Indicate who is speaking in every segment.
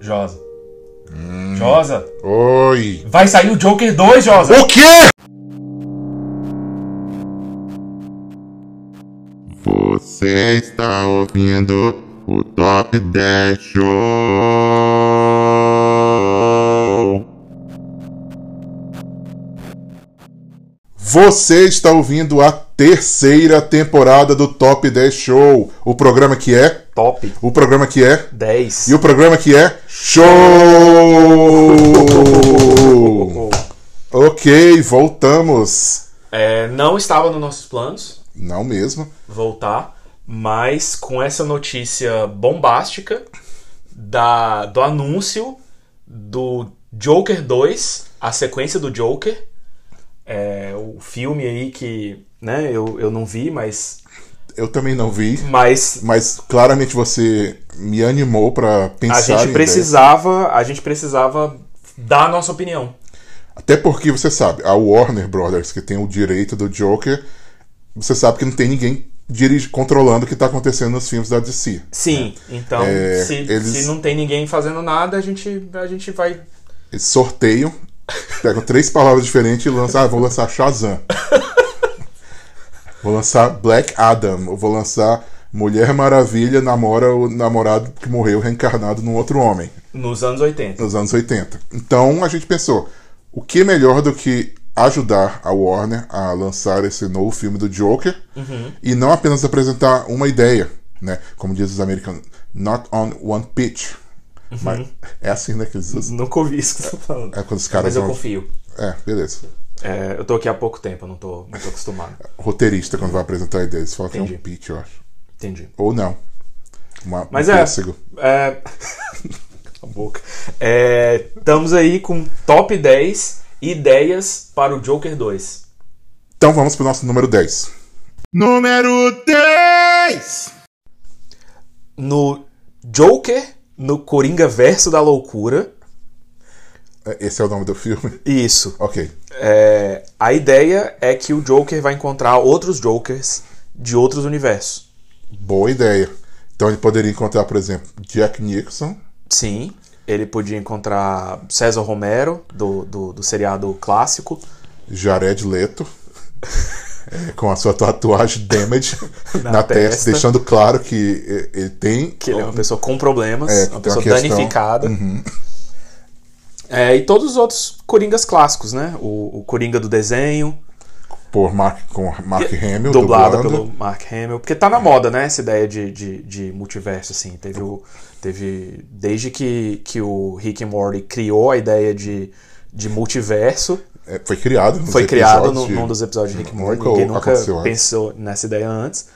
Speaker 1: Josa. Hum. Josa,
Speaker 2: Oi.
Speaker 1: vai sair o Joker 2, Josa.
Speaker 2: O quê? Você está ouvindo o Top 10 Show. Você está ouvindo a terceira temporada do Top 10 Show. O programa que é,
Speaker 1: Top
Speaker 2: o programa que é
Speaker 1: 10.
Speaker 2: e o programa que é Show! ok, voltamos.
Speaker 1: É, não estava nos nossos planos
Speaker 2: Não mesmo.
Speaker 1: voltar, mas com essa notícia bombástica da, do anúncio do Joker 2, a sequência do Joker, é, o filme aí que né, eu, eu não vi, mas,
Speaker 2: Eu também não vi,
Speaker 1: mas
Speaker 2: mas claramente você me animou pra pensar.
Speaker 1: a gente
Speaker 2: em
Speaker 1: precisava a gente precisava dar a nossa opinião.
Speaker 2: ideia. Até porque você sabe, a Warner Brothers, que tem o direito do Joker, você sabe que não tem ninguém dirige, controlando o que tá acontecendo nos filmes da DC.
Speaker 1: Sim, então
Speaker 2: É,
Speaker 1: se,
Speaker 2: eles-
Speaker 1: se não tem ninguém fazendo nada, a gente, a gente vai.
Speaker 2: Eles sorteiam, pegam três palavras diferentes e lançam. Ah, vou lançar Shazam. Vou lançar Black Adam. Eu vou lançar Mulher Maravilha namora o namorado que morreu reencarnado num outro homem,
Speaker 1: Nos anos 80.
Speaker 2: nos anos 80. Então a gente pensou, o que é melhor do que ajudar a Warner a lançar esse novo filme do Joker
Speaker 1: Uhum.
Speaker 2: e não apenas apresentar uma ideia, né? Como diz os americanos, not on one pitch.
Speaker 1: Uhum.
Speaker 2: Mas é assim, né? Que eles usam.
Speaker 1: Nunca ouvi isso que você tá falando.
Speaker 2: É quando os caras
Speaker 1: Mas eu
Speaker 2: vão
Speaker 1: confio.
Speaker 2: é, beleza.
Speaker 1: É, eu tô aqui há pouco tempo, eu não tô, não tô acostumado.
Speaker 2: Roteirista, quando vai apresentar a ideia, eles falam que é um
Speaker 1: Entendi.
Speaker 2: pitch, eu acho.
Speaker 1: Entendi.
Speaker 2: Ou não. Uma,
Speaker 1: Mas
Speaker 2: um
Speaker 1: é.
Speaker 2: pêssego.
Speaker 1: É... Cala a boca. É, estamos aí com top 10 ideias para o Joker 2.
Speaker 2: Então vamos pro nosso número 10. Número 10!
Speaker 1: No Joker, no Coringa Verso da Loucura.
Speaker 2: É, Esse é o nome do filme?
Speaker 1: Isso.
Speaker 2: Ok.
Speaker 1: É, a ideia é que o Joker vai encontrar outros Jokers de outros universos.
Speaker 2: Boa ideia. Então ele poderia encontrar, por exemplo, Jack Nixon.
Speaker 1: Sim, ele podia encontrar César Romero, do, do, do seriado clássico.
Speaker 2: Jared Leto é, com a sua tatuagem Damage na,
Speaker 1: Na
Speaker 2: testa,
Speaker 1: testa.
Speaker 2: deixando claro que é, ele tem
Speaker 1: Que ele é uma pessoa com problemas,
Speaker 2: É,
Speaker 1: uma
Speaker 2: tem
Speaker 1: pessoa
Speaker 2: uma questão- Uhum.
Speaker 1: danificada. É, e todos os outros Coringas clássicos, né? O, o Coringa do desenho,
Speaker 2: por Mark, com Mark Hamill,
Speaker 1: dublado
Speaker 2: dublando.
Speaker 1: pelo Mark Hamill. Porque tá na moda, né? Essa ideia de, de, de multiverso, assim. Teve o. Teve. Desde que, que o Rick and Morty criou a ideia de, de multiverso,
Speaker 2: É, foi criado. nos
Speaker 1: foi criado
Speaker 2: episódios
Speaker 1: no,
Speaker 2: de-
Speaker 1: num dos episódios de Rick and Morty.
Speaker 2: Nunca
Speaker 1: Ninguém nunca
Speaker 2: aconteceu antes.
Speaker 1: pensou nessa ideia antes.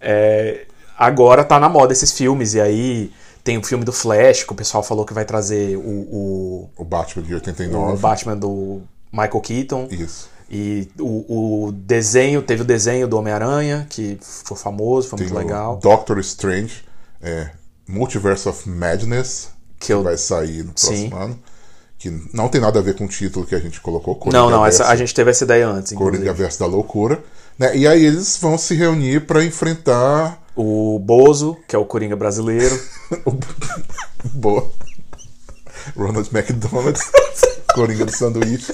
Speaker 1: É, agora tá na moda esses filmes, e aí. Tem o filme do Flash, que o pessoal falou que vai trazer o,
Speaker 2: O Batman de
Speaker 1: o, o
Speaker 2: 89.
Speaker 1: Batman do Michael Keaton.
Speaker 2: Isso.
Speaker 1: E o, o desenho, teve o desenho do Homem-Aranha, que ficou famoso, foi
Speaker 2: Tem
Speaker 1: muito
Speaker 2: o
Speaker 1: legal.
Speaker 2: Doctor Strange, é, Multiverse of Madness,
Speaker 1: Que eu-
Speaker 2: vai sair no próximo
Speaker 1: Sim.
Speaker 2: ano. Que não tem nada a ver com o título que a gente colocou. Coringa
Speaker 1: Não, não, essa,
Speaker 2: Verso-
Speaker 1: a gente teve essa ideia antes, inclusive.
Speaker 2: Coringa Verso da Loucura. né? E aí eles vão se reunir pra enfrentar
Speaker 1: O Bozo, que é o Coringa brasileiro.
Speaker 2: o Boa. Ronald McDonald, Coringa do Sanduíche.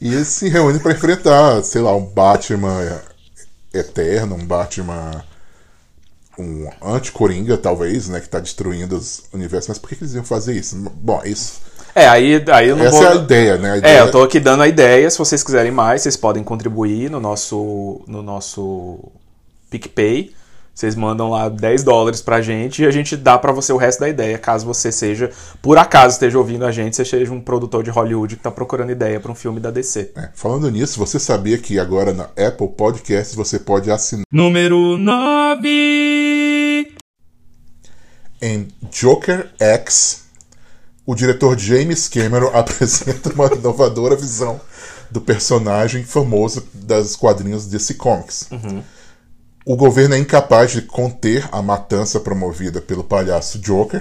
Speaker 2: E eles se reúnem pra enfrentar, sei lá, um Batman eterno, um Batman. um anti-coringa, talvez, né? Que tá destruindo os universos. Mas por que, que eles iam fazer isso? Bom, isso.
Speaker 1: É, aí, aí eu não
Speaker 2: Essa
Speaker 1: vou...
Speaker 2: é a ideia, né? A
Speaker 1: É,
Speaker 2: ideia-
Speaker 1: eu tô aqui dando a ideia, se vocês quiserem mais, vocês podem contribuir no nosso, no nosso PicPay. Vocês mandam lá 10 dólares pra gente e a gente dá pra você o resto da ideia, caso você seja, por acaso esteja ouvindo a gente, você seja um produtor de Hollywood que tá procurando ideia pra um filme da DC.
Speaker 2: É, Falando nisso, você sabia que agora na Apple Podcasts você pode assinar
Speaker 3: Número 9.
Speaker 2: em Joker X? O diretor James Cameron apresenta uma inovadora visão do personagem famoso das quadrinhos DC Comics. O governo é incapaz de conter a matança promovida pelo palhaço Joker.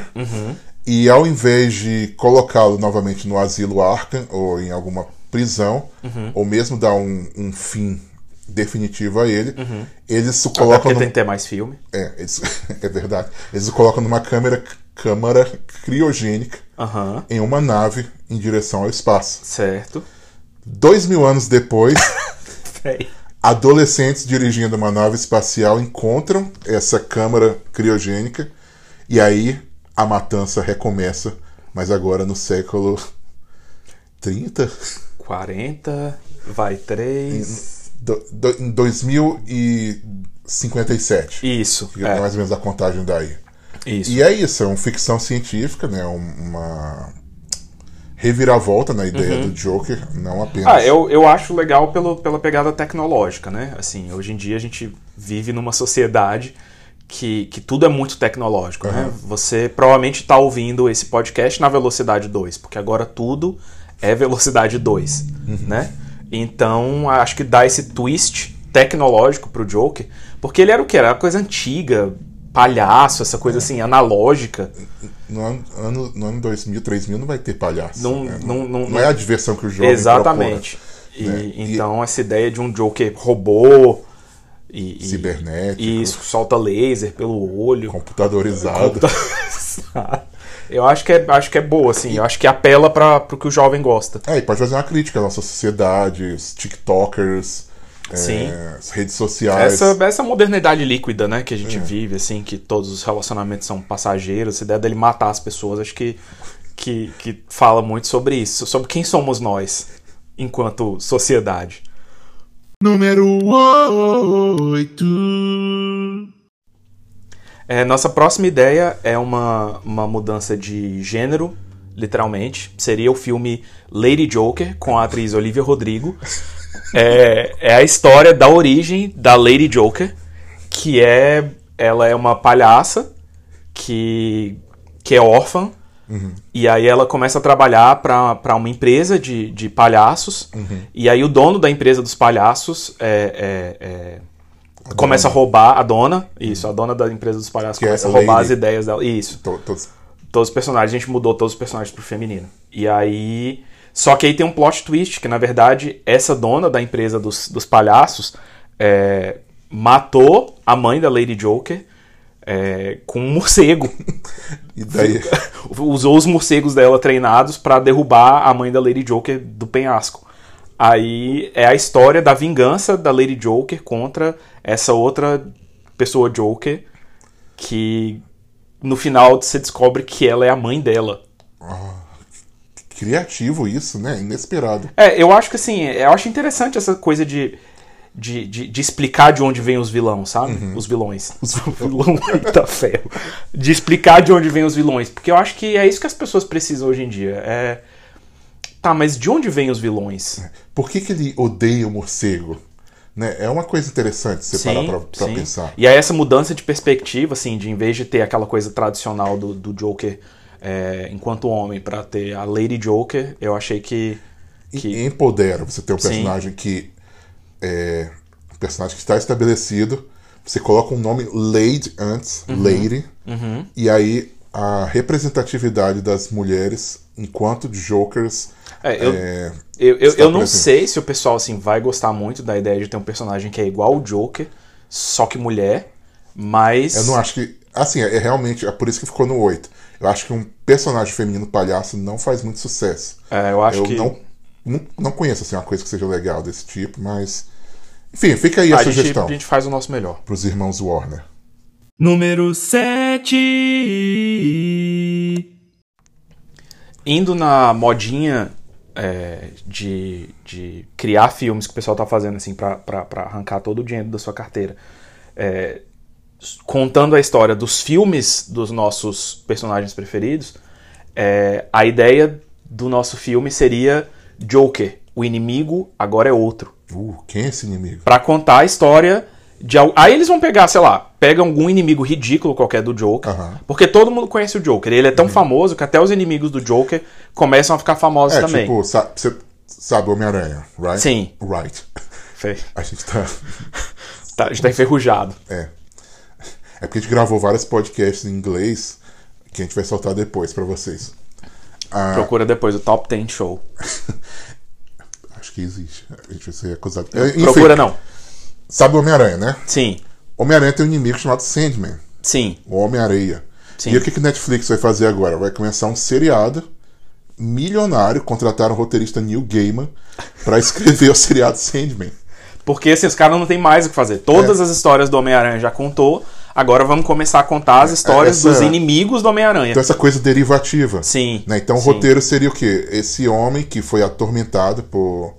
Speaker 2: E ao invés de colocá-lo novamente no asilo Arkham ou em alguma prisão, ou mesmo dar um, um fim definitivo a ele. Eles o
Speaker 1: Até
Speaker 2: colocam
Speaker 1: porque
Speaker 2: num-
Speaker 1: tem que ter mais filme.
Speaker 2: é, eles- é verdade. Eles o colocam numa câmera câmara criogênica
Speaker 1: Aham.
Speaker 2: em uma nave em direção ao espaço.
Speaker 1: Certo.
Speaker 2: Dois mil anos depois,
Speaker 1: Peraí.
Speaker 2: adolescentes dirigindo uma nave espacial encontram essa câmara criogênica e aí a matança recomeça, mas agora no século 30?
Speaker 1: 40, vai 3.
Speaker 2: Do, do, em 2057.
Speaker 1: Isso.
Speaker 2: Que é
Speaker 1: É,
Speaker 2: mais ou menos a contagem daí.
Speaker 1: isso.
Speaker 2: E é isso, é uma ficção científica, né? um- Uma reviravolta na ideia do Joker, não apenas.
Speaker 1: Uhum. Ah, eu, eu acho legal pelo, pela pegada tecnológica, né? Assim, hoje em dia a gente vive numa sociedade que, que tudo é muito tecnológico, né? Você provavelmente está ouvindo esse podcast na velocidade 2, porque agora tudo é velocidade 2, né? Então, acho que dá esse twist tecnológico pro Joker, porque ele era o que? Era uma coisa antiga, palhaço, essa coisa assim, analógica.
Speaker 2: No, ano, ano- no ano 2000, 3000 não vai ter palhaço.
Speaker 1: Não-
Speaker 2: né?
Speaker 1: não- não-
Speaker 2: é a diversão que o jogo
Speaker 1: Exatamente. E,
Speaker 2: né? E-
Speaker 1: Então, essa ideia de um Joker robô. E, e-
Speaker 2: Cibernético.
Speaker 1: Isso, solta laser pelo olho.
Speaker 2: computadorizado.
Speaker 1: Eu acho que é, acho que é boa, assim. Eu acho que apela para pro que o jovem gosta.
Speaker 2: É, e pode fazer uma crítica à nossa sociedade, os tiktokers, é,
Speaker 1: Sim.
Speaker 2: as redes sociais.
Speaker 1: Essa, essa modernidade líquida, né, que a
Speaker 2: É.
Speaker 1: gente vive, assim, que todos os relacionamentos são passageiros, essa ideia dele matar as pessoas, acho que, que, que fala muito sobre isso, sobre quem somos nós enquanto sociedade.
Speaker 4: Número 8.
Speaker 1: É, nossa próxima ideia é uma, uma mudança de gênero, literalmente. Seria o filme Lady Joker, com a atriz Olivia Rodrigo. É, é a história da origem da Lady Joker, que é. Ela é uma palhaça que, que é órfã.
Speaker 2: Uhum.
Speaker 1: E aí ela começa a trabalhar para uma empresa de, de palhaços.
Speaker 2: Uhum.
Speaker 1: E aí o dono da empresa dos palhaços é- é- é, começa a roubar a dona. Isso, a dona da empresa dos palhaços
Speaker 2: Que é
Speaker 1: começa a
Speaker 2: essa
Speaker 1: roubar
Speaker 2: lady.
Speaker 1: as ideias dela. Isso.
Speaker 2: To- todos-
Speaker 1: Todos os personagens, a gente mudou todos os personagens pro feminino. E aí. Só que aí tem um plot twist, que na verdade, essa dona da empresa dos, dos palhaços é, matou a mãe da Lady Joker é, com um morcego.
Speaker 2: E daí,
Speaker 1: Usou os morcegos dela treinados pra derrubar a mãe da Lady Joker do penhasco. Aí é a história da vingança da Lady Joker contra essa outra pessoa Joker que no final você descobre que ela é a mãe dela.
Speaker 2: criativo isso, né? Inesperado.
Speaker 1: É, eu acho que assim, eu acho interessante essa coisa de, de, de, de explicar de onde vem os vilões, sabe?
Speaker 2: Uhum.
Speaker 1: Os vilões. Os vilões da ferro. De explicar de onde vem os vilões. Porque eu acho que é isso que as pessoas precisam hoje em dia. É. Tá, mas de onde vem os vilões?
Speaker 2: Por que, que ele odeia o morcego? Né? É uma coisa interessante você parar pra, pra
Speaker 1: sim.
Speaker 2: pensar.
Speaker 1: E aí essa mudança de perspectiva, assim, de em vez de ter aquela coisa tradicional do, do Joker é, enquanto homem pra ter a Lady Joker, eu achei que. que...
Speaker 2: E empodera você ter um
Speaker 1: Sim.
Speaker 2: personagem que é um personagem que está estabelecido você coloca um nome Lady antes
Speaker 1: Uhum.
Speaker 2: Lady e aí a representatividade das mulheres enquanto Jokers
Speaker 1: É, eu-
Speaker 2: é,
Speaker 1: Eu, eu,
Speaker 2: Está
Speaker 1: eu não
Speaker 2: presente.
Speaker 1: sei se o pessoal assim vai gostar muito da ideia de ter um personagem que é igual o Joker, só que mulher, mas.
Speaker 2: eu não acho que assim é, é realmente é por isso que ficou no 8 eu acho que um personagem feminino palhaço não faz muito sucesso
Speaker 1: É, eu acho
Speaker 2: eu
Speaker 1: que.
Speaker 2: não, não não conheço assim uma coisa que seja legal desse tipo mas enfim fica aí a,
Speaker 1: a, gente,
Speaker 2: sugestão
Speaker 1: a gente faz o nosso melhor.
Speaker 2: para os irmãos Warner
Speaker 3: Número 7.
Speaker 1: Indo na modinha é, de, de criar filmes que o pessoal tá fazendo assim pra, pra, pra arrancar todo o dinheiro da sua carteira. é, s- contando a história dos filmes dos nossos personagens preferidos, é, a ideia do nosso filme seria Joker, o inimigo agora é outro.
Speaker 2: uh, quem é esse inimigo
Speaker 1: Pra contar a história de al- aí eles vão pegar, sei lá, pega algum inimigo ridículo qualquer do Joker,
Speaker 2: Aham. Uhum.
Speaker 1: porque todo mundo conhece o Joker, ele é tão famoso que até os inimigos do Joker começam a ficar famosos
Speaker 2: É,
Speaker 1: também.
Speaker 2: tipo, sa- você sabe Homem-Aranha, right?
Speaker 1: Sim.
Speaker 2: Right.
Speaker 1: Fe-
Speaker 2: A gente tá.
Speaker 1: Tá, a gente tá enferrujado.
Speaker 2: É. É porque a gente gravou vários podcasts em inglês que a gente vai soltar depois pra vocês. Ah.
Speaker 1: Procura depois o Top 10 Show.
Speaker 2: Acho que existe. A gente vai ser acusado. É, enfim,
Speaker 1: Procura não.
Speaker 2: Sabe o Homem-Aranha, né?
Speaker 1: Sim,
Speaker 2: Homem-Aranha tem um inimigo chamado Sandman,
Speaker 1: sim,
Speaker 2: o Homem-Areia.
Speaker 1: sim.
Speaker 2: E o que que Netflix vai fazer agora? Vai começar um seriado milionário, contratar o roteirista Neil Gaiman pra escrever o seriado Sandman.
Speaker 1: Porque assim, os caras não têm mais o que fazer.
Speaker 2: É.
Speaker 1: Todas as histórias do Homem-Aranha já contou. Agora vamos começar a contar as histórias
Speaker 2: É, essa-
Speaker 1: dos inimigos do Homem-Aranha.
Speaker 2: Então essa coisa derivativa.
Speaker 1: Sim.
Speaker 2: Né? Então o
Speaker 1: sim.
Speaker 2: roteiro seria o quê? Esse homem que foi atormentado por.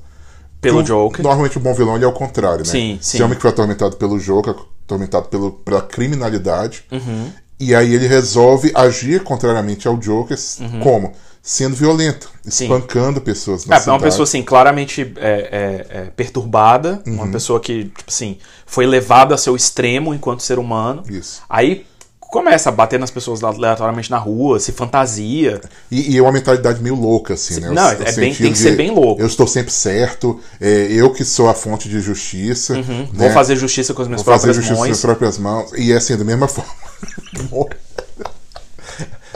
Speaker 1: Pelo
Speaker 2: que o-
Speaker 1: Joker.
Speaker 2: Normalmente o bom vilão ele é o contrário, né?
Speaker 1: Sim, sim.
Speaker 2: Esse homem que foi atormentado pelo Joker, atormentado pelo, pela criminalidade.
Speaker 1: Uhum.
Speaker 2: E aí ele resolve agir contrariamente ao Joker, como? Sendo violento, espancando pessoas
Speaker 1: Uhum. É,
Speaker 2: na
Speaker 1: é uma
Speaker 2: cidade.
Speaker 1: pessoa, assim, claramente é, é, é, perturbada,
Speaker 2: Uhum.
Speaker 1: uma pessoa que, tipo assim, foi levada ao seu extremo enquanto ser humano.
Speaker 2: Isso.
Speaker 1: Aí começa a bater nas pessoas aleatoriamente na rua, se fantasia.
Speaker 2: E, e é uma mentalidade meio louca, assim, né?
Speaker 1: Não,
Speaker 2: O-
Speaker 1: é
Speaker 2: o
Speaker 1: bem-
Speaker 2: sentido
Speaker 1: tem que ser bem louco.
Speaker 2: Eu estou sempre certo, é, eu que sou a fonte de justiça. né?
Speaker 1: Uhum. Vou fazer justiça com as minhas
Speaker 2: Vou fazer
Speaker 1: próprias
Speaker 2: justiça com
Speaker 1: mãos.
Speaker 2: minhas próprias mãos. E é assim, da mesma forma. Bom.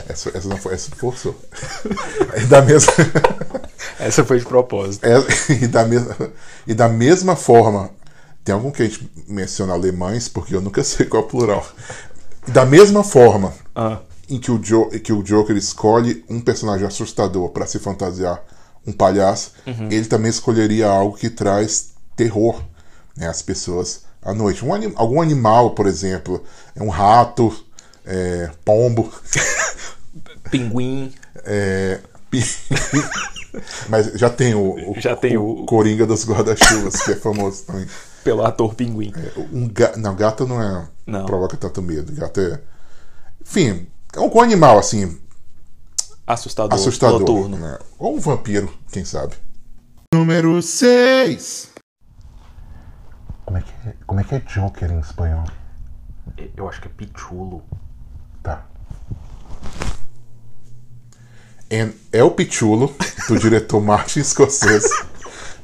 Speaker 2: essa, essa não foi, essa forçou. E da mesma.
Speaker 1: Essa foi de propósito.
Speaker 2: é, e, da mesma e da mesma forma. Tem algum que a gente menciona alemães, porque eu nunca sei qual é o plural. Da mesma forma
Speaker 1: Ah.
Speaker 2: em que o, Jo- que o Joker escolhe um personagem assustador para se fantasiar um palhaço, ele também escolheria algo que traz terror né, às pessoas à noite. Um anim- algum animal, por exemplo, é um rato, é, pombo,
Speaker 1: Pinguim.
Speaker 2: é, pi- mas já tem o, o-
Speaker 1: Já tem o-
Speaker 2: Coringa dos Guarda-Chuvas, que é famoso também.
Speaker 1: Pelo ator Pinguim.
Speaker 2: Um ga... Não, gato não é.
Speaker 1: Não.
Speaker 2: provoca tanto medo. Gato é. Enfim, algum animal assim,
Speaker 1: Assustador.
Speaker 2: assustador.
Speaker 1: Noturno.
Speaker 2: né? Ou um vampiro, quem sabe.
Speaker 4: Número 6.
Speaker 2: Como é que é, como é, que é Joker em espanhol?
Speaker 1: Eu acho que é Pichulo.
Speaker 2: Tá. é o Pichulo, do diretor Martin Scorsese.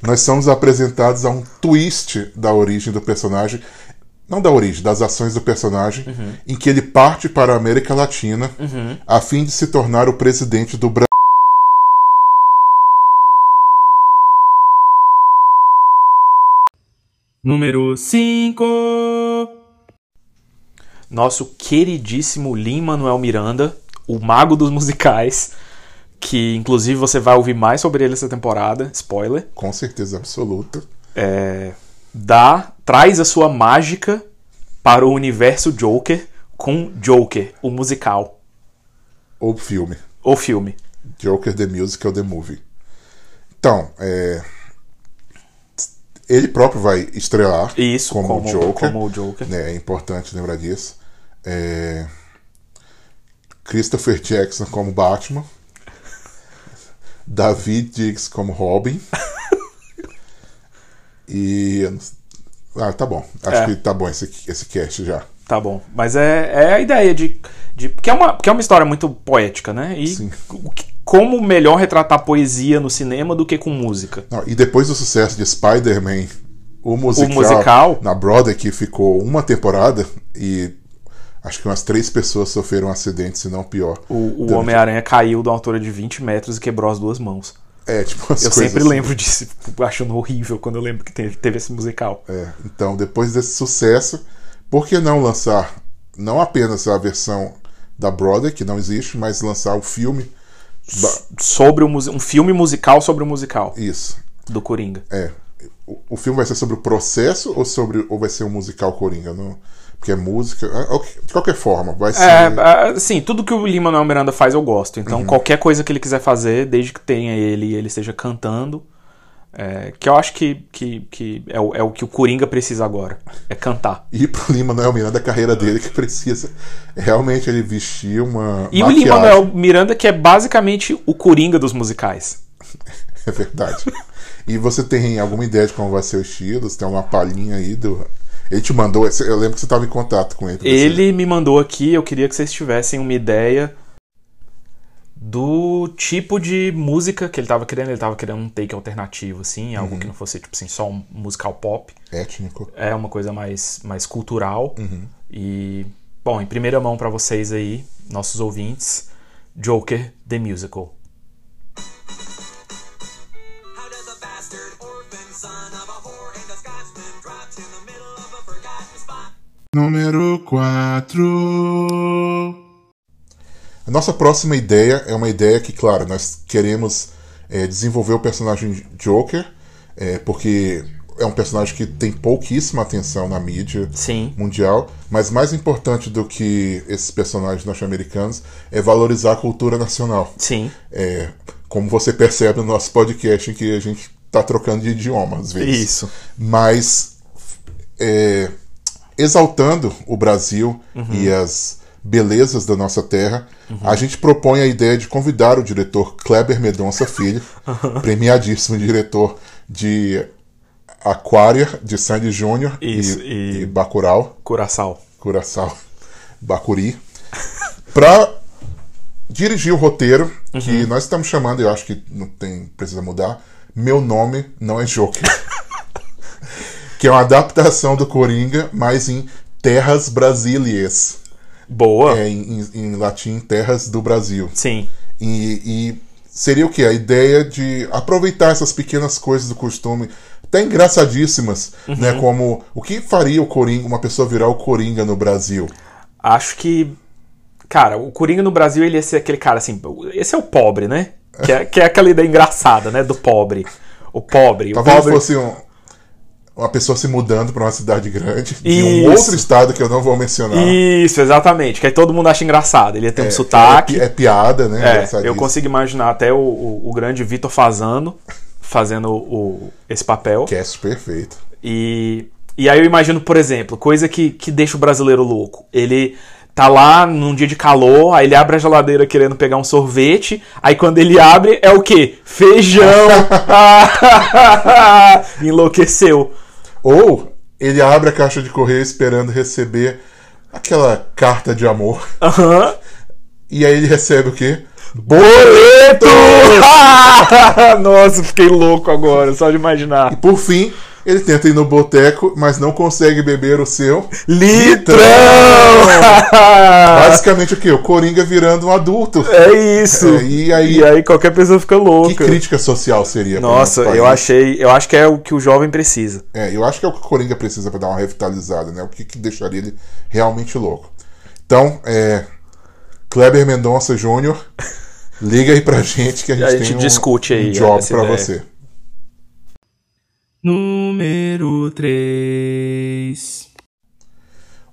Speaker 2: Nós somos apresentados a um twist da origem do personagem. Não da origem, das ações do personagem,
Speaker 1: Uhum.
Speaker 2: em que ele parte para a América Latina a fim de se tornar o presidente do Brasil.
Speaker 3: Número 5.
Speaker 1: nosso queridíssimo Lin Manuel Miranda, o mago dos musicais, que inclusive você vai ouvir mais sobre ele essa temporada, spoiler,
Speaker 2: Com certeza absoluta.
Speaker 1: é, dá, traz a sua mágica para o universo Joker com Joker, o musical,
Speaker 2: Ou filme.
Speaker 1: o filme.
Speaker 2: Joker The Musical The Movie. Então, é, ele próprio vai estrelar
Speaker 1: Isso,
Speaker 2: como, o
Speaker 1: como-
Speaker 2: Joker.
Speaker 1: como o Joker.
Speaker 2: né, É importante lembrar disso. É, Christopher Jackson como Batman. David Diggs como Robin. e. eu não- Ah, tá bom. Acho
Speaker 1: É.
Speaker 2: que tá bom esse, esse cast já.
Speaker 1: Tá bom. Mas é, é a ideia de. de porque, é uma, porque é uma história muito poética, né? E
Speaker 2: Sim.
Speaker 1: o que- como melhor retratar poesia no cinema do que com música?
Speaker 2: Não, e depois do sucesso de Spider-Man, o musical,
Speaker 1: musical?
Speaker 2: na Broadway, que ficou uma temporada e acho que umas três pessoas sofreram um acidente, se não pior.
Speaker 1: O, o
Speaker 2: Então,
Speaker 1: Homem-Aranha caiu de uma altura de 20 metros e quebrou as duas mãos.
Speaker 2: É, tipo, as
Speaker 1: Eu
Speaker 2: coisas
Speaker 1: sempre
Speaker 2: assim.
Speaker 1: lembro disso, tipo, achando horrível quando eu lembro que teve, teve esse musical.
Speaker 2: É, então, depois desse sucesso, por que não lançar não apenas a versão da Broadway, que não existe, mas lançar o filme? ba-
Speaker 1: Sobre o muse- um filme musical sobre o musical
Speaker 2: Isso,
Speaker 1: do Coringa.
Speaker 2: é. O, o filme vai ser sobre o processo ou sobre ou vai ser um musical coringa? Não, porque é música. ah, ok, De qualquer forma, vai ser.
Speaker 1: É, assim, tudo que o Lima Manuel Miranda faz eu gosto. Então, qualquer coisa que ele quiser fazer, desde que tenha ele e ele esteja cantando, é, que eu acho que, que, que é, o, é o que o Coringa precisa agora: é cantar.
Speaker 2: E pro Lima Manuel Miranda, a carreira dele que precisa realmente ele vestir uma.
Speaker 1: E o
Speaker 2: maquiagem.
Speaker 1: Lima Manuel Miranda, que é basicamente o Coringa dos musicais.
Speaker 2: É verdade. E você tem alguma ideia de como vai ser o estilo? Você tem uma palhinha aí do. Ele te mandou, eu lembro que você estava em contato com ele. pra ver se-
Speaker 1: Ele me mandou aqui, eu queria que vocês tivessem uma ideia do tipo de música que ele tava querendo. Ele tava querendo um take alternativo, assim, algo que não fosse, tipo assim, só um musical pop.
Speaker 2: Étnico.
Speaker 1: É uma coisa mais, mais cultural.
Speaker 2: Uhum.
Speaker 1: E, bom, em primeira mão pra vocês aí, nossos ouvintes, Joker The Musical.
Speaker 5: How does a bastard orphan son of a whore and a Scotsman dropped in the middle of
Speaker 4: Número 4.
Speaker 2: A nossa próxima ideia é uma ideia que, claro, nós queremos é, desenvolver o personagem Joker, é, porque é um personagem que tem pouquíssima atenção na mídia
Speaker 1: Sim.
Speaker 2: mundial, mas mais importante do que esses personagens norte-americanos é valorizar a cultura nacional.
Speaker 1: Sim.
Speaker 2: É, como você percebe no nosso podcast, em que a gente está trocando de idioma às vezes.
Speaker 1: Isso.
Speaker 2: Mas é, exaltando o Brasil
Speaker 1: Uhum.
Speaker 2: e as belezas da nossa terra, a gente propõe a ideia de convidar o diretor Kleber Medonça Filho,
Speaker 1: Uhum.
Speaker 2: premiadíssimo diretor de Aquária, de Sandy Júnior e,
Speaker 1: Isso, e-
Speaker 2: e Bacurau.
Speaker 1: Curaçao.
Speaker 2: Curaçao, Bacuri, pra dirigir o roteiro, que nós estamos chamando, eu acho que não tem, precisa mudar, Meu Nome Não É Joker. que é uma adaptação do Coringa, mas em terras brasílias.
Speaker 1: Boa.
Speaker 2: É, em, em- em latim, terras do Brasil.
Speaker 1: Sim.
Speaker 2: E, e seria o que? A ideia de aproveitar essas pequenas coisas do costume, até engraçadíssimas, né? Como o que faria o Coringa, uma pessoa virar o Coringa no Brasil?
Speaker 1: Acho que. Cara, o Coringa no Brasil, ele ia ser aquele cara assim. Esse é o pobre, né? Que é, que é aquela ideia engraçada, né? Do pobre. O pobre. O
Speaker 2: Talvez
Speaker 1: pobre.
Speaker 2: fosse um- uma pessoa se mudando para uma cidade grande, de
Speaker 1: Isso.
Speaker 2: um outro estado que eu não vou mencionar.
Speaker 1: Isso, exatamente. Que aí todo mundo acha engraçado. Ele ia ter um
Speaker 2: tá? É,
Speaker 1: sotaque.
Speaker 2: É, é piada, né?
Speaker 1: É, eu
Speaker 2: Engraçadíssimo.
Speaker 1: consigo imaginar até o, o- o grande Vitor Fazano fazendo o, esse papel.
Speaker 2: Cast é perfeito.
Speaker 1: E, e aí eu imagino, por exemplo, coisa que, que deixa o brasileiro louco. Ele tá lá num dia de calor, aí ele abre a geladeira querendo pegar um sorvete, aí quando ele abre é o quê? Feijão! Ah, Enlouqueceu.
Speaker 2: Ou ele abre a caixa de correio esperando receber aquela carta de amor.
Speaker 1: Aham.
Speaker 2: E aí ele recebe o quê?
Speaker 1: Boleto! Nossa, fiquei louco agora, só de imaginar.
Speaker 2: Por fim, ele tenta ir no boteco, mas não consegue beber o seu.
Speaker 1: Litrão!
Speaker 2: Basicamente o quê? O Coringa virando um adulto.
Speaker 1: Ah. É isso.
Speaker 2: É, e aí-
Speaker 1: e aí qualquer pessoa fica
Speaker 2: Que
Speaker 1: louca.
Speaker 2: crítica social seria? pra
Speaker 1: Nossa,
Speaker 2: nosso
Speaker 1: eu
Speaker 2: país?
Speaker 1: achei. Eu acho que é o que o jovem precisa.
Speaker 2: É, eu acho que é o que o Coringa precisa pra dar uma revitalizada, né? O que, que deixaria ele realmente louco. Então, é. Kleber Mendonça Júnior, liga aí pra gente que a gente,
Speaker 1: A gente
Speaker 2: tem um,
Speaker 1: discute aí
Speaker 2: um job
Speaker 1: essa
Speaker 2: pra
Speaker 1: ideia.
Speaker 2: você.
Speaker 3: Número 3.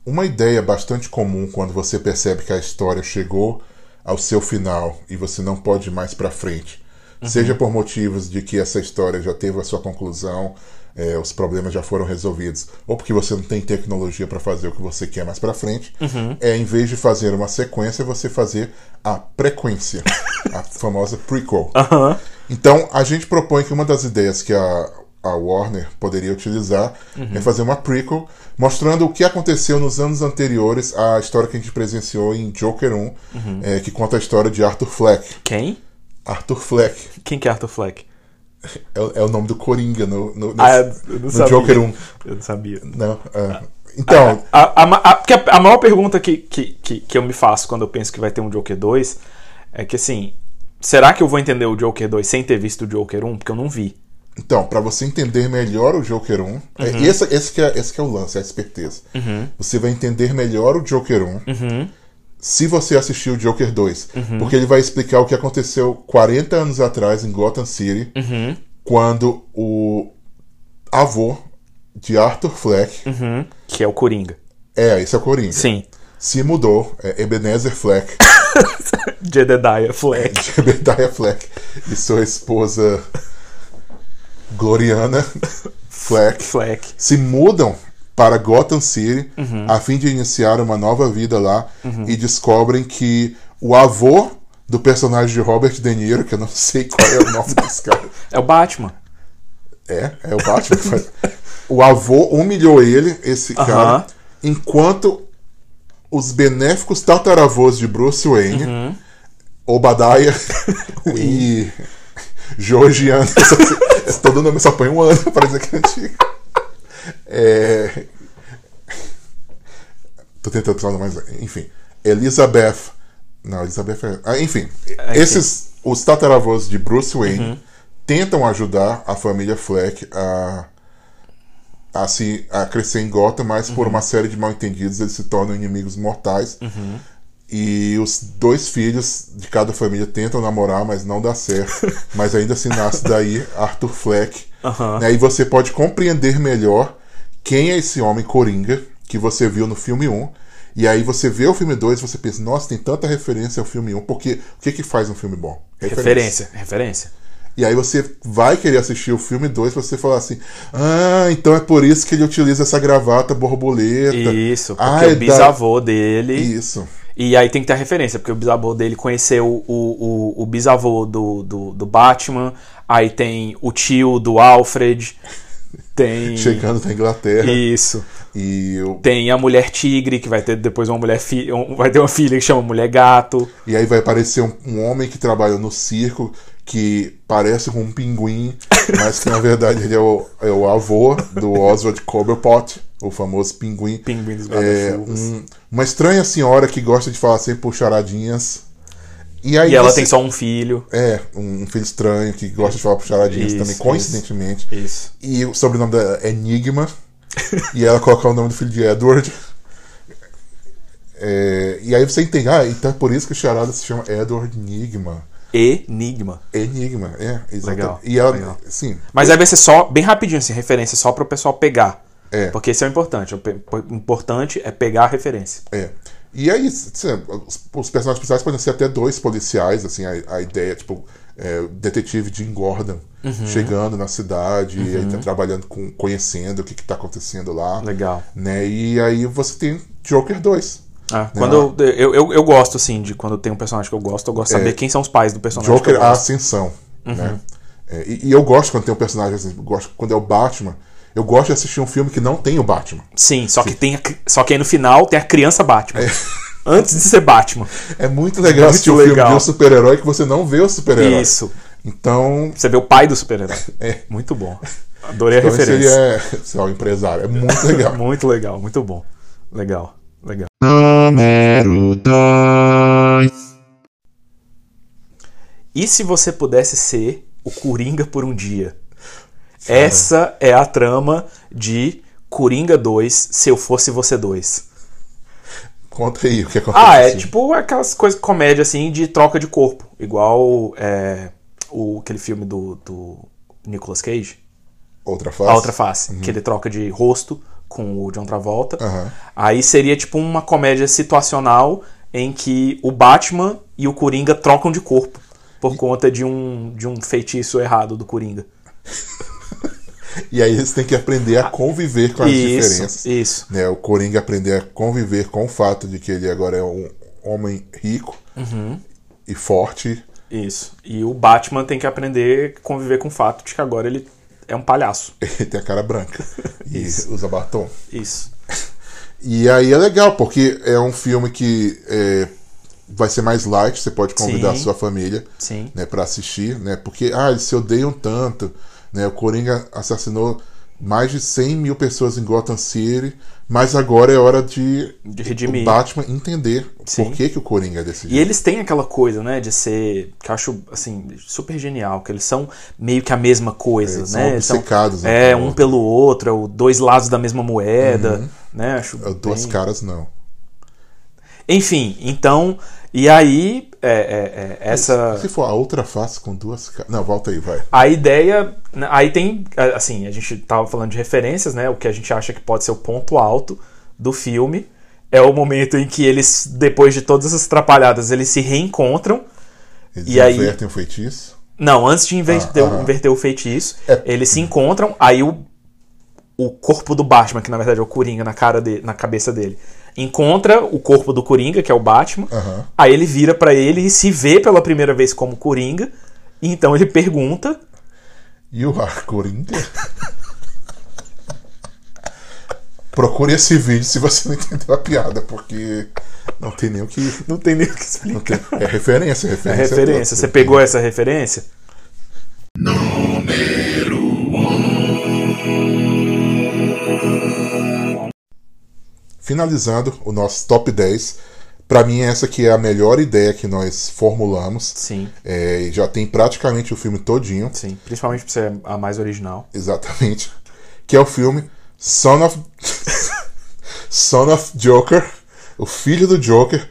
Speaker 2: Uma ideia bastante comum quando você percebe que a história chegou ao seu final e você não pode ir mais pra frente, seja por motivos de que essa história já teve a sua conclusão, é, os problemas já foram resolvidos, ou porque você não tem tecnologia pra fazer o que você quer mais pra frente, é em vez de fazer uma sequência, você fazer a frequência, a famosa prequel.
Speaker 1: Aham.
Speaker 2: Então, a gente propõe que uma das ideias que a, a Warner poderia utilizar é fazer uma prequel mostrando o que aconteceu nos anos anteriores à história que a gente presenciou em Joker 1, é, que conta a história de Arthur Fleck.
Speaker 1: Quem?
Speaker 2: Arthur Fleck
Speaker 1: Quem que é Arthur Fleck?
Speaker 2: é, o- é o nome do Coringa no, no,
Speaker 1: Ah,
Speaker 2: nesse-
Speaker 1: eu não
Speaker 2: no
Speaker 1: sabia. Ah,
Speaker 2: Joker 1.
Speaker 1: Eu não sabia.
Speaker 2: Não, é. Então,
Speaker 1: A, a ma- a- porque a- a maior pergunta que, que, que, que eu me faço quando eu penso que vai ter um Joker 2 é que assim. Será que eu vou entender o Joker 2 sem ter visto o Joker 1? Porque eu não vi.
Speaker 2: Então, para você entender melhor o Joker 1, é, esse, esse, que é, esse que é o lance, é a esperteza. Você vai entender melhor o Joker 1 se você assistir o Joker 2. Porque ele vai explicar o que aconteceu 40 anos atrás em Gotham City, quando o avô de Arthur Fleck,
Speaker 1: Que é o Coringa.
Speaker 2: é, esse é o Coringa,
Speaker 1: Sim.
Speaker 2: se mudou, é Ebenezer Fleck,
Speaker 1: Jedediah Fleck.
Speaker 2: de Obadiah Fleck e sua esposa Gloriana Fleck.
Speaker 1: Fleck.
Speaker 2: se mudam para Gotham City a fim de iniciar uma nova vida lá e descobrem que o avô do personagem de Robert De Niro, que eu não sei qual é o nome desse cara,
Speaker 1: É o Batman.
Speaker 2: é, é o Batman. faz- o avô humilhou ele, esse
Speaker 1: Aham.
Speaker 2: cara, enquanto os benéficos tataravôs de Bruce Wayne, Obadiah e Georgiana, só- todo nome só põe um ano para dizer que é antigo. É... Tô tentando falar mais, enfim, Elizabeth, não, Elizabeth, é- ah, enfim, Uhum. esses os tataravôs de Bruce Wayne tentam ajudar a família Fleck a a, se, a crescer em Gotham, mas
Speaker 1: Uhum.
Speaker 2: por uma série de mal entendidos eles se tornam inimigos mortais.
Speaker 1: Uhum.
Speaker 2: E os dois filhos de cada família tentam namorar, mas não dá certo. mas ainda assim nasce daí Arthur Fleck.
Speaker 1: Aham.
Speaker 2: Né? E você pode compreender melhor quem é esse homem coringa que você viu no filme 1. E aí você vê o filme 2 e você pensa, nossa, tem tanta referência ao filme 1, porque o que, que faz um filme bom?
Speaker 1: Referência, referência.
Speaker 2: E aí você vai querer assistir o filme 2 você falar assim: "Ah, então é por isso que ele utiliza essa gravata borboleta".
Speaker 1: Isso, porque
Speaker 2: Ah, é
Speaker 1: o
Speaker 2: da-
Speaker 1: bisavô dele.
Speaker 2: Isso.
Speaker 1: E aí tem que ter a referência, porque o bisavô dele conheceu o, o, o bisavô do, do, do Batman, aí tem o tio do Alfred, tem.
Speaker 2: Chegando na
Speaker 1: né?
Speaker 2: Inglaterra
Speaker 1: Isso.
Speaker 2: e o-
Speaker 1: Tem a mulher tigre, que vai ter depois uma mulher fi... um- vai ter uma filha que chama mulher gato.
Speaker 2: e aí vai aparecer um, um homem que trabalha no circo que parece com um pinguim, mas que na verdade ele é o, é o avô do Oswald Cobblepot, o famoso pinguim.
Speaker 1: Pinguim dos
Speaker 2: É,
Speaker 1: guarda-chuvas.
Speaker 2: um- uma estranha senhora que gosta de falar sempre por charadinhas. E, aí
Speaker 1: E ela
Speaker 2: você-
Speaker 1: tem só um filho.
Speaker 2: É, um filho estranho que gosta de falar por charadinhas
Speaker 1: Isso,
Speaker 2: também,
Speaker 1: isso.
Speaker 2: coincidentemente.
Speaker 1: Isso.
Speaker 2: E o sobrenome dela é Enigma. e ela coloca o nome do filho de Edward. É, e aí você entende, ah, então é por isso que o charada se chama Edward Enigma.
Speaker 1: Enigma.
Speaker 2: Enigma, é, exatamente.
Speaker 1: Legal,
Speaker 2: E ela,
Speaker 1: legal.
Speaker 2: sim,
Speaker 1: Mas aí vai ser só, bem rapidinho, assim, referência, só pro pessoal pegar.
Speaker 2: É.
Speaker 1: Porque esse é o importante. O pe- o importante é pegar a referência.
Speaker 2: É. E aí, assim, os, os personagens principais podem ser até dois policiais, assim, a, a ideia, tipo, é, o detetive Jim Gordon
Speaker 1: Uhum.
Speaker 2: chegando na cidade, e aí tá trabalhando com, conhecendo o que, que tá acontecendo lá.
Speaker 1: Legal.
Speaker 2: Né? E aí você tem Joker 2.
Speaker 1: Ah, quando eu, eu, eu, eu gosto, assim, de quando tem um personagem que eu gosto, eu gosto de saber quem são os pais do personagem. que
Speaker 2: Joker
Speaker 1: eu
Speaker 2: a
Speaker 1: gosto. Uhum.
Speaker 2: Ascensão. Né? É, e, e eu gosto quando tem um personagem assim, eu gosto, quando é o Batman, eu gosto de assistir um filme que não tem o Batman.
Speaker 1: Sim, só que, tem a cri- só que aí no final tem a criança Batman. Antes de ser Batman.
Speaker 2: É muito legal
Speaker 1: Muito
Speaker 2: assistir um filme
Speaker 1: legal.
Speaker 2: de um super-herói que você não vê o super-herói.
Speaker 1: Isso.
Speaker 2: Então,
Speaker 1: Você vê o pai do super-herói. Muito bom. Adorei a
Speaker 2: É. Então, esse ele
Speaker 1: referência.
Speaker 2: é, sei lá, o empresário. É muito legal.
Speaker 1: Muito legal, muito bom. Legal, legal.
Speaker 4: Número 2.
Speaker 1: E se você pudesse ser o Coringa por um dia? Essa é a trama de Coringa 2, Se Eu Fosse Você 2.
Speaker 2: Conta aí o que aconteceu.
Speaker 1: Ah, é tipo aquelas coisas comédia assim de troca de corpo. Igual é, o, aquele filme do, do Nicolas Cage,
Speaker 2: Outra fase?
Speaker 1: A Outra Face, que ele troca de rosto com o John Travolta.
Speaker 2: Uhum. Aham.
Speaker 1: Aí seria tipo uma comédia situacional em que o Batman e o Coringa trocam de corpo por conta de um, de um feitiço errado do Coringa.
Speaker 2: E aí eles têm que aprender a conviver com as diferenças.
Speaker 1: Isso, isso.
Speaker 2: Né, o Coringa aprender a conviver com o fato de que ele agora é um homem rico
Speaker 1: Uhum.
Speaker 2: e forte.
Speaker 1: Isso. E o Batman tem que aprender a conviver com o fato de que agora ele é um palhaço.
Speaker 2: Ele tem a cara branca e usa batom.
Speaker 1: Isso.
Speaker 2: E aí é legal, porque é um filme que é, vai ser mais light, você pode convidar a
Speaker 1: Sim.
Speaker 2: sua família
Speaker 1: Sim.
Speaker 2: né, para assistir, né? Porque, ah, eles se odeiam tanto, né? O Coringa assassinou mais de 100 mil pessoas em Gotham City, mas agora é hora de,
Speaker 1: De redimir.
Speaker 2: o Batman entender
Speaker 1: Sim.
Speaker 2: por que, que o Coringa é desse
Speaker 1: E
Speaker 2: jeito.
Speaker 1: eles têm aquela coisa, né, de ser, que eu acho, assim, super genial, que eles são meio que a mesma coisa,
Speaker 2: eles
Speaker 1: né?
Speaker 2: são
Speaker 1: Eles são-
Speaker 2: obcecados um
Speaker 1: é,
Speaker 2: pelo
Speaker 1: um
Speaker 2: outro.
Speaker 1: pelo outro, é o dois lados da mesma moeda, né? Acho
Speaker 2: É, Duas
Speaker 1: bem-
Speaker 2: caras, não.
Speaker 1: Enfim, então, e aí, é, é, é, essa...
Speaker 2: Se for a outra face com duas caras... Não, volta aí, vai.
Speaker 1: A ideia. né, Aí tem. a- Assim, a gente tava falando de referências, né? O que a gente acha que pode ser o ponto alto do filme. É o momento em que eles, depois de todas essas atrapalhadas, eles se reencontram.
Speaker 2: Eles
Speaker 1: E aí-
Speaker 2: invertem o feitiço.
Speaker 1: Não, antes de inverter,
Speaker 2: Ah, aham.
Speaker 1: inverter o feitiço,
Speaker 2: É.
Speaker 1: eles se encontram, aí o, o corpo do Batman, que na verdade é o Coringa na, cara de, na cabeça dele, encontra o corpo do Coringa, que é o Batman.
Speaker 2: Aham.
Speaker 1: Aí ele vira pra ele e se vê pela primeira vez como Coringa. E então ele pergunta
Speaker 2: E o ar Coringa? Procure esse vídeo se você não entendeu a piada, porque não tem nem o que...
Speaker 1: Não tem nem o que explicar.
Speaker 2: Não tem- É referência, referência.
Speaker 1: É referência. Você pegou essa referência?
Speaker 2: Finalizando o nosso top 10, pra mim essa que é a melhor ideia que nós formulamos.
Speaker 1: Sim,
Speaker 2: É, e já tem praticamente o filme todinho,
Speaker 1: sim. Principalmente por ser a mais original.
Speaker 2: exatamente, que é o filme Son of. Son of Joker, o filho do Joker,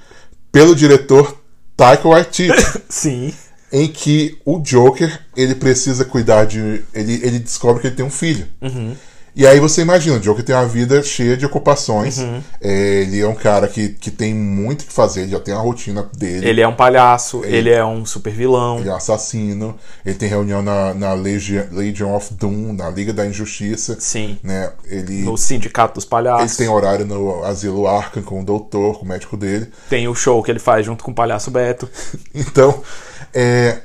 Speaker 2: pelo diretor Taika Waititi.
Speaker 1: Sim.
Speaker 2: em que o Joker ele precisa cuidar de. Ele, ele descobre que ele tem um filho.
Speaker 1: Uhum.
Speaker 2: E aí você imagina, o Joker tem uma vida cheia de ocupações.
Speaker 1: Uhum.
Speaker 2: É, ele é um cara que, que tem muito o que fazer, ele já tem a rotina dele.
Speaker 1: Ele é um palhaço, ele, é um super vilão.
Speaker 2: Ele é assassino, ele tem reunião na, na Legion, Legion of Doom, na Liga da Injustiça.
Speaker 1: Sim.
Speaker 2: Né? Ele,
Speaker 1: No sindicato dos
Speaker 2: ele
Speaker 1: palhaços.
Speaker 2: tem horário no asilo Arkham com o doutor, com o médico dele.
Speaker 1: Tem o show que ele faz junto com o palhaço Beto.
Speaker 2: Então, é,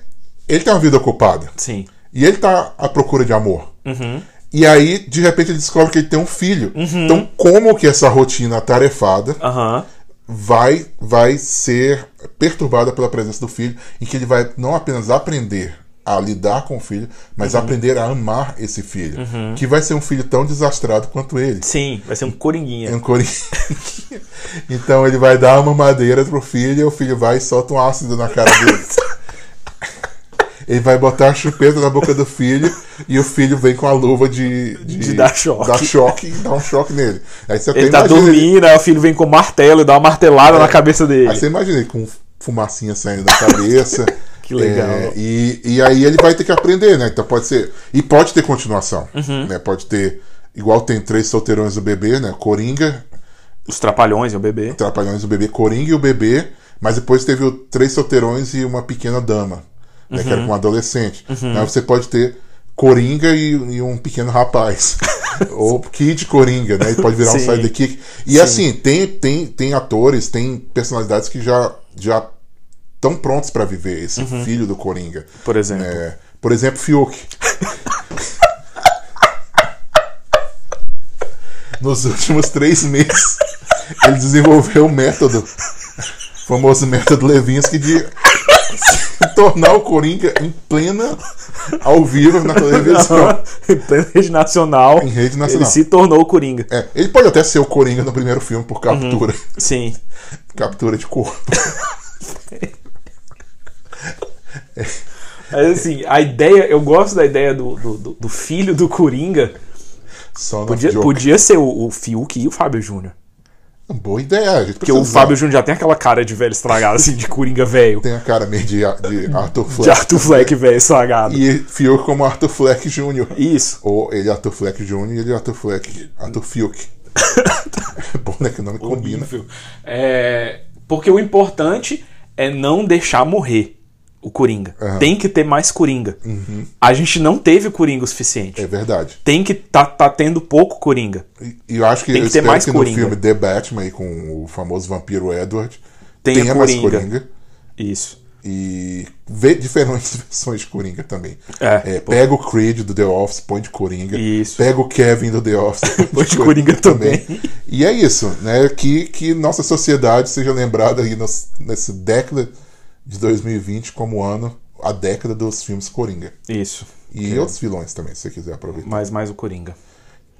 Speaker 2: ele tem uma vida ocupada.
Speaker 1: Sim.
Speaker 2: E ele tá à procura de amor. E aí, de repente, ele descobre que ele tem um filho. Então, como que essa rotina atarefada
Speaker 1: Aham.
Speaker 2: vai, vai ser perturbada pela presença do filho e que ele vai não apenas aprender a lidar com o filho, mas aprender a amar esse filho. Que vai ser um filho tão desastrado quanto ele.
Speaker 1: Sim, vai ser um
Speaker 2: É
Speaker 1: coringuinha.
Speaker 2: um coringuinha. então ele vai dar uma madeira pro filho e o filho vai e solta um ácido na cara dele. ele vai botar a chupeta na boca do filho e o filho vem com a luva de,
Speaker 1: De dar choque.
Speaker 2: dar choque e dá um choque nele. Aí você
Speaker 1: Ele
Speaker 2: até
Speaker 1: tá
Speaker 2: imagina
Speaker 1: dormindo, aí o filho vem com o martelo e dá uma martelada
Speaker 2: É.
Speaker 1: na cabeça dele.
Speaker 2: Aí você imagina ele com um fumacinha saindo da cabeça.
Speaker 1: Que legal.
Speaker 2: É, e, e aí ele vai ter que aprender, né? Então pode ser. E pode ter continuação.
Speaker 1: Uhum.
Speaker 2: Né? Pode ter. Igual tem três solteirões do bebê, né? Coringa,
Speaker 1: Os trapalhões, o bebê.
Speaker 2: Trapalhões, o bebê Coringa e o bebê, mas depois teve o Três Solteirões e uma pequena dama, né, que era
Speaker 1: Uhum.
Speaker 2: com um adolescente. Aí você pode ter Coringa e, e um pequeno rapaz. Ou Kid Coringa, né? E pode virar um
Speaker 1: Sim.
Speaker 2: sidekick. E assim, tem, tem, tem atores, tem personalidades que já já estão prontos pra viver esse
Speaker 1: Uhum.
Speaker 2: filho do Coringa.
Speaker 1: Por exemplo.
Speaker 2: É, por exemplo, Fiuk. Nos últimos três meses, ele desenvolveu o método, o famoso método Levinsky, de se tornar o Coringa em plena, ao vivo, na televisão,
Speaker 1: Em plena rede nacional.
Speaker 2: em rede nacional.
Speaker 1: Ele se tornou o Coringa.
Speaker 2: É, ele pode até ser o Coringa no primeiro filme
Speaker 1: Uhum.
Speaker 2: por captura,
Speaker 1: Sim.
Speaker 2: captura de corpo.
Speaker 1: Mas assim, a ideia, eu gosto da ideia do, do, do- do filho do Coringa.
Speaker 2: Só no
Speaker 1: Podia,
Speaker 2: jogo.
Speaker 1: podia ser o, o Fiuk e o Fábio Júnior.
Speaker 2: Boa ideia, a gente
Speaker 1: Porque
Speaker 2: precisa
Speaker 1: o Fábio Júnior já tem aquela cara de velho estragado, assim, de Coringa velho.
Speaker 2: tem a cara meio de, de Arthur
Speaker 1: De
Speaker 2: Fleck.
Speaker 1: Arthur Fleck velho estragado.
Speaker 2: E Fiuk como Arthur Fleck Jr.
Speaker 1: Isso.
Speaker 2: Ou ele é Arthur Fleck Jr. e ele é Arthur Fleck. Arthur Fiuk. é bom, né? Que o nome combina.
Speaker 1: Horrível. É, porque o importante é não deixar morrer o Coringa.
Speaker 2: Aham. Uhum.
Speaker 1: Tem que ter mais Coringa. A gente não teve Coringa o suficiente.
Speaker 2: É verdade.
Speaker 1: Tem que tá, tá tendo pouco Coringa.
Speaker 2: E, e eu acho que
Speaker 1: Tem que
Speaker 2: eu
Speaker 1: ter
Speaker 2: espero
Speaker 1: mais
Speaker 2: que
Speaker 1: Coringa.
Speaker 2: no filme The Batman aí com o famoso vampiro Edward
Speaker 1: Tenha
Speaker 2: mais
Speaker 1: Coringa.
Speaker 2: Coringa.
Speaker 1: Isso.
Speaker 2: E vê diferentes versões de Coringa também.
Speaker 1: É, pô.
Speaker 2: pega o Creed do The Office, põe de Coringa.
Speaker 1: Isso.
Speaker 2: Pega o Kevin do The Office,
Speaker 1: Põe de Coringa também.
Speaker 2: E é isso, né? Que, que nossa sociedade seja lembrada aí nos- nessa década de 2020 como ano, a década dos filmes Coringa.
Speaker 1: Isso.
Speaker 2: E outros vilões também, se você quiser aproveitar.
Speaker 1: Mas mais o Coringa.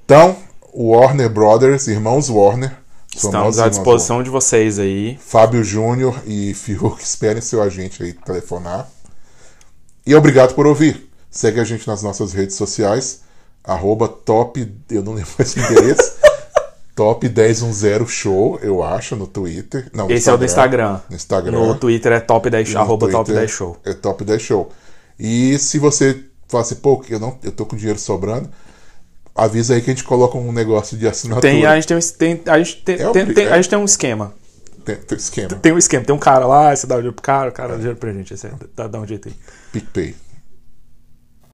Speaker 2: Então, Warner Brothers, irmãos Warner. os famosos
Speaker 1: Estamos à
Speaker 2: irmãos
Speaker 1: disposição de vocês aí.
Speaker 2: Warner. Fábio Júnior e Fiuk, esperem seu agente aí telefonar. E obrigado por ouvir. Segue a gente nas nossas redes sociais. Arroba top, eu não lembro mais o endereço. top 1010 show, eu acho, no Twitter. Não, no
Speaker 1: Esse é o do Instagram.
Speaker 2: No Instagram.
Speaker 1: No Twitter é top 10,
Speaker 2: E no
Speaker 1: arroba top
Speaker 2: Twitter
Speaker 1: 10 show.
Speaker 2: É top 10 show. E se você fala assim, pô, eu, não, eu tô com dinheiro sobrando, avisa aí que a gente coloca um negócio de assinatura.
Speaker 1: Tem, a gente tem, um- tem, a gente tem,
Speaker 2: É o
Speaker 1: tem-
Speaker 2: pri-
Speaker 1: tem- a
Speaker 2: é.
Speaker 1: gente tem um esquema.
Speaker 2: Tem, tem esquema.
Speaker 1: Tem um esquema, tem um cara lá, você dá o dinheiro pro cara, o cara dá o dinheiro pra gente. Esse é, dá, dá um jeito aí.
Speaker 2: PicPay.